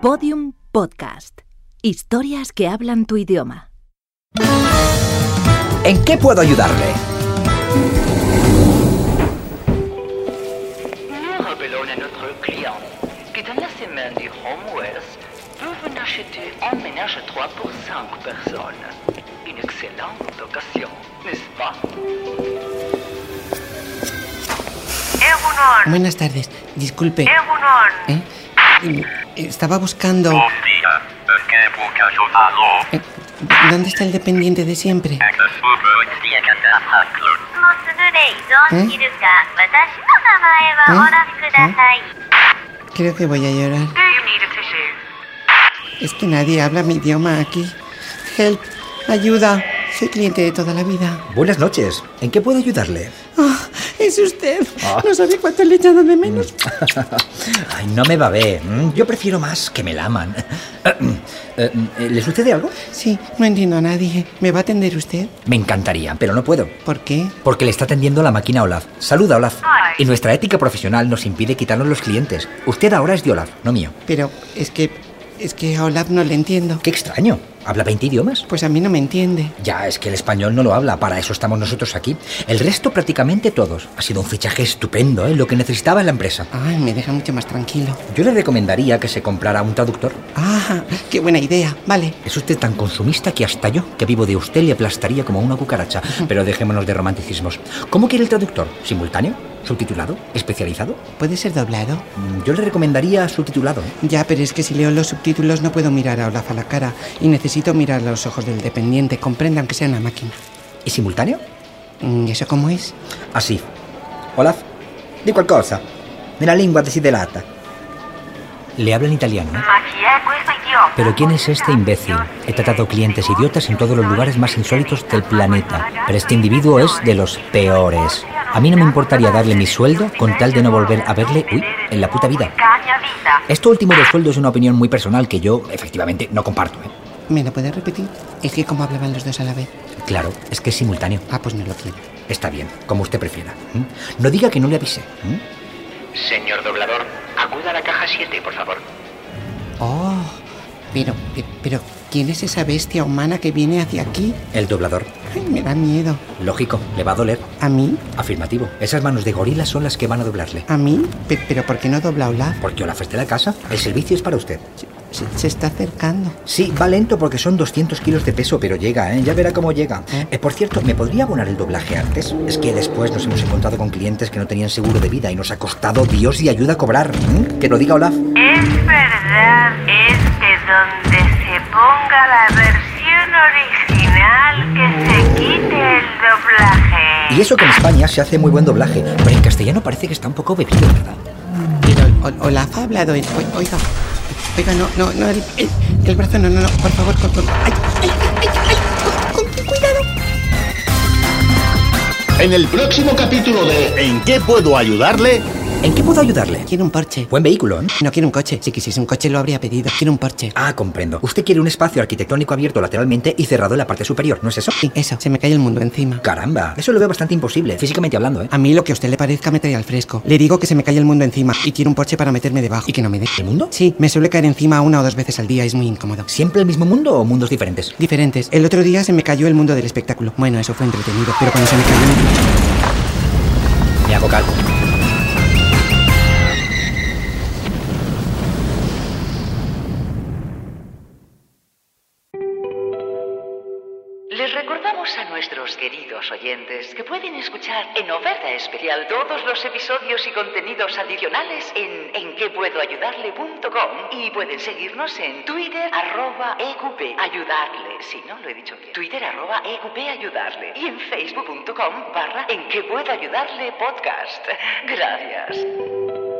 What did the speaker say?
Podium Podcast. Historias que hablan tu idioma. ¿En qué puedo ayudarle? Nous révélons à notre client que dans la semaine du Homewares, peuvent acheter un ménage à 3 pour 5 personnes. Une excellente occasion, n'est-ce pas Egunon, Buenas tardes, disculpe. Egunon, ¿eh? Mm, Estaba buscando. Bom dia, a quem pode ajudá-lo? eh, ¿Dónde está el dependiente de siempre? É que sobre a catástrofe. モスグレイゾンヒルカ、私の名前はオラフください。 Creo que voy a llorar. Es que nadie habla mi idioma aquí. Help, ayuda. Soy cliente de toda la vida. Buenas noches. ¿En qué puedo ayudarle? Ah, es usted. No sabe cuánto le he echado de menos. Ay, no me va bien. Yo prefiero más que me laman. Eh, eh, ¿Le sucede algo? Sí, no entiendo a nadie. ¿Me va a atender usted? Me encantaría, pero no puedo. ¿Por qué? Porque le está atendiendo la máquina Olaf. Saluda, Olaf. Y nuestra ética profesional nos impide quitarnos los clientes. Usted ahora es de Olaf, no mío. Pero es que. Es que a Olaf no le entiendo. Qué extraño. ¿Habla 20 idiomas? Pues a mí no me entiende. Ya, es que el español no lo habla, para eso estamos nosotros aquí. El resto prácticamente todos. Ha sido un fichaje estupendo, ¿eh? lo que necesitaba la empresa. Ay, me deja mucho más tranquilo. Yo le recomendaría que se comprara un traductor. Ah, qué buena idea. Vale. Es usted tan consumista que hasta yo, que vivo de usted, le aplastaría como a una cucaracha. Pero dejémonos de romanticismos. ¿Cómo quiere el traductor? ¿Simultáneo? ¿Subtitulado? ¿Especializado? ¿Puede ser doblado? Mm, Yo le recomendaría subtitulado. ¿eh? Ya, pero es que si leo los subtítulos no puedo mirar a Olaf a la cara y necesito mirar a los ojos del dependiente, comprenda aunque sea en la máquina. ¿Y simultáneo? Mm, ¿Eso cómo es? Así. Olaf, di qualcosa. Nella lingua desiderata. Le hablan italiano. ¿eh? Pero ¿quién es este imbécil? He tratado clientes idiotas en todos los lugares más insólitos del planeta. Pero este individuo es de los peores. A mí no me importaría darle mi sueldo con tal de no volver a verle, uy, en la puta vida. Esto último del sueldo es una opinión muy personal que yo, efectivamente, no comparto. ¿eh? ¿Me lo puedes repetir? Es que como hablaban los dos a la vez. Claro, es que es simultáneo. Ah, pues no lo quiero. Está bien, como usted prefiera. ¿eh? No diga que no le avisé. ¿eh? Señor doblador, acuda a la caja 7, por favor. Oh, pero, pe- pero, ¿quién es esa bestia humana que viene hacia aquí? El doblador. Ay, me da miedo. Lógico, le va a doler. ¿A mí? Afirmativo. Esas manos de gorila son las que van a doblarle. ¿A mí? Pe- pero ¿por qué no dobla Olaf? Porque Olaf está en la casa. El servicio es para usted. Se- se- se está acercando. Sí, va lento porque son 200 kilos de peso, pero llega, ¿eh? Ya verá cómo llega. ¿Eh? Eh, por cierto, ¿me podría abonar el doblaje antes? Es que después nos hemos encontrado con clientes que no tenían seguro de vida y nos ha costado Dios y ayuda a cobrar. ¿eh? Que lo diga Olaf. Es verdad, es que donde se ponga la versión original que se quite el doblaje. Y eso que en España se hace muy buen doblaje, pero en castellano parece que está un poco bebido, ¿verdad? Pero Ol- Olaf ha hablado. en- o- Oiga, oiga, no, no, no, el, el- el brazo no, no, no, por favor, con, con- ay, ay, ay, ay, ay, con- con cuidado. En el próximo capítulo de ¿En qué puedo ayudarle? ¿En qué puedo ayudarle? Quiero un porche. Buen vehículo, ¿eh? No quiero un coche. Si quisiese un coche lo habría pedido. Quiero un porche. Ah, comprendo. Usted quiere un espacio arquitectónico abierto lateralmente y cerrado en la parte superior, ¿no es eso? Sí, eso, se me cae el mundo encima. Caramba, eso lo veo bastante imposible, físicamente hablando, ¿eh? A mí lo que a usted le parezca me trae al fresco. Le digo que se me cae el mundo encima y quiero un porche para meterme debajo y que no me dé. ¿El mundo? Sí, me suele caer encima una o dos veces al día, es muy incómodo. ¿Siempre el mismo mundo o mundos diferentes? Diferentes. El otro día se me cayó el mundo del espectáculo. Bueno, eso fue entretenido, pero cuando se me cayó... Me hago cargo. Les recordamos a nuestros queridos oyentes que pueden escuchar en oferta especial todos los episodios y contenidos adicionales en enquepuedoayudarle.com y pueden seguirnos en Twitter arroba EQP ayudarle, si no lo he dicho bien, Twitter arroba EQP ayudarle y en facebook.com barra en que puedo ayudarle podcast. Gracias.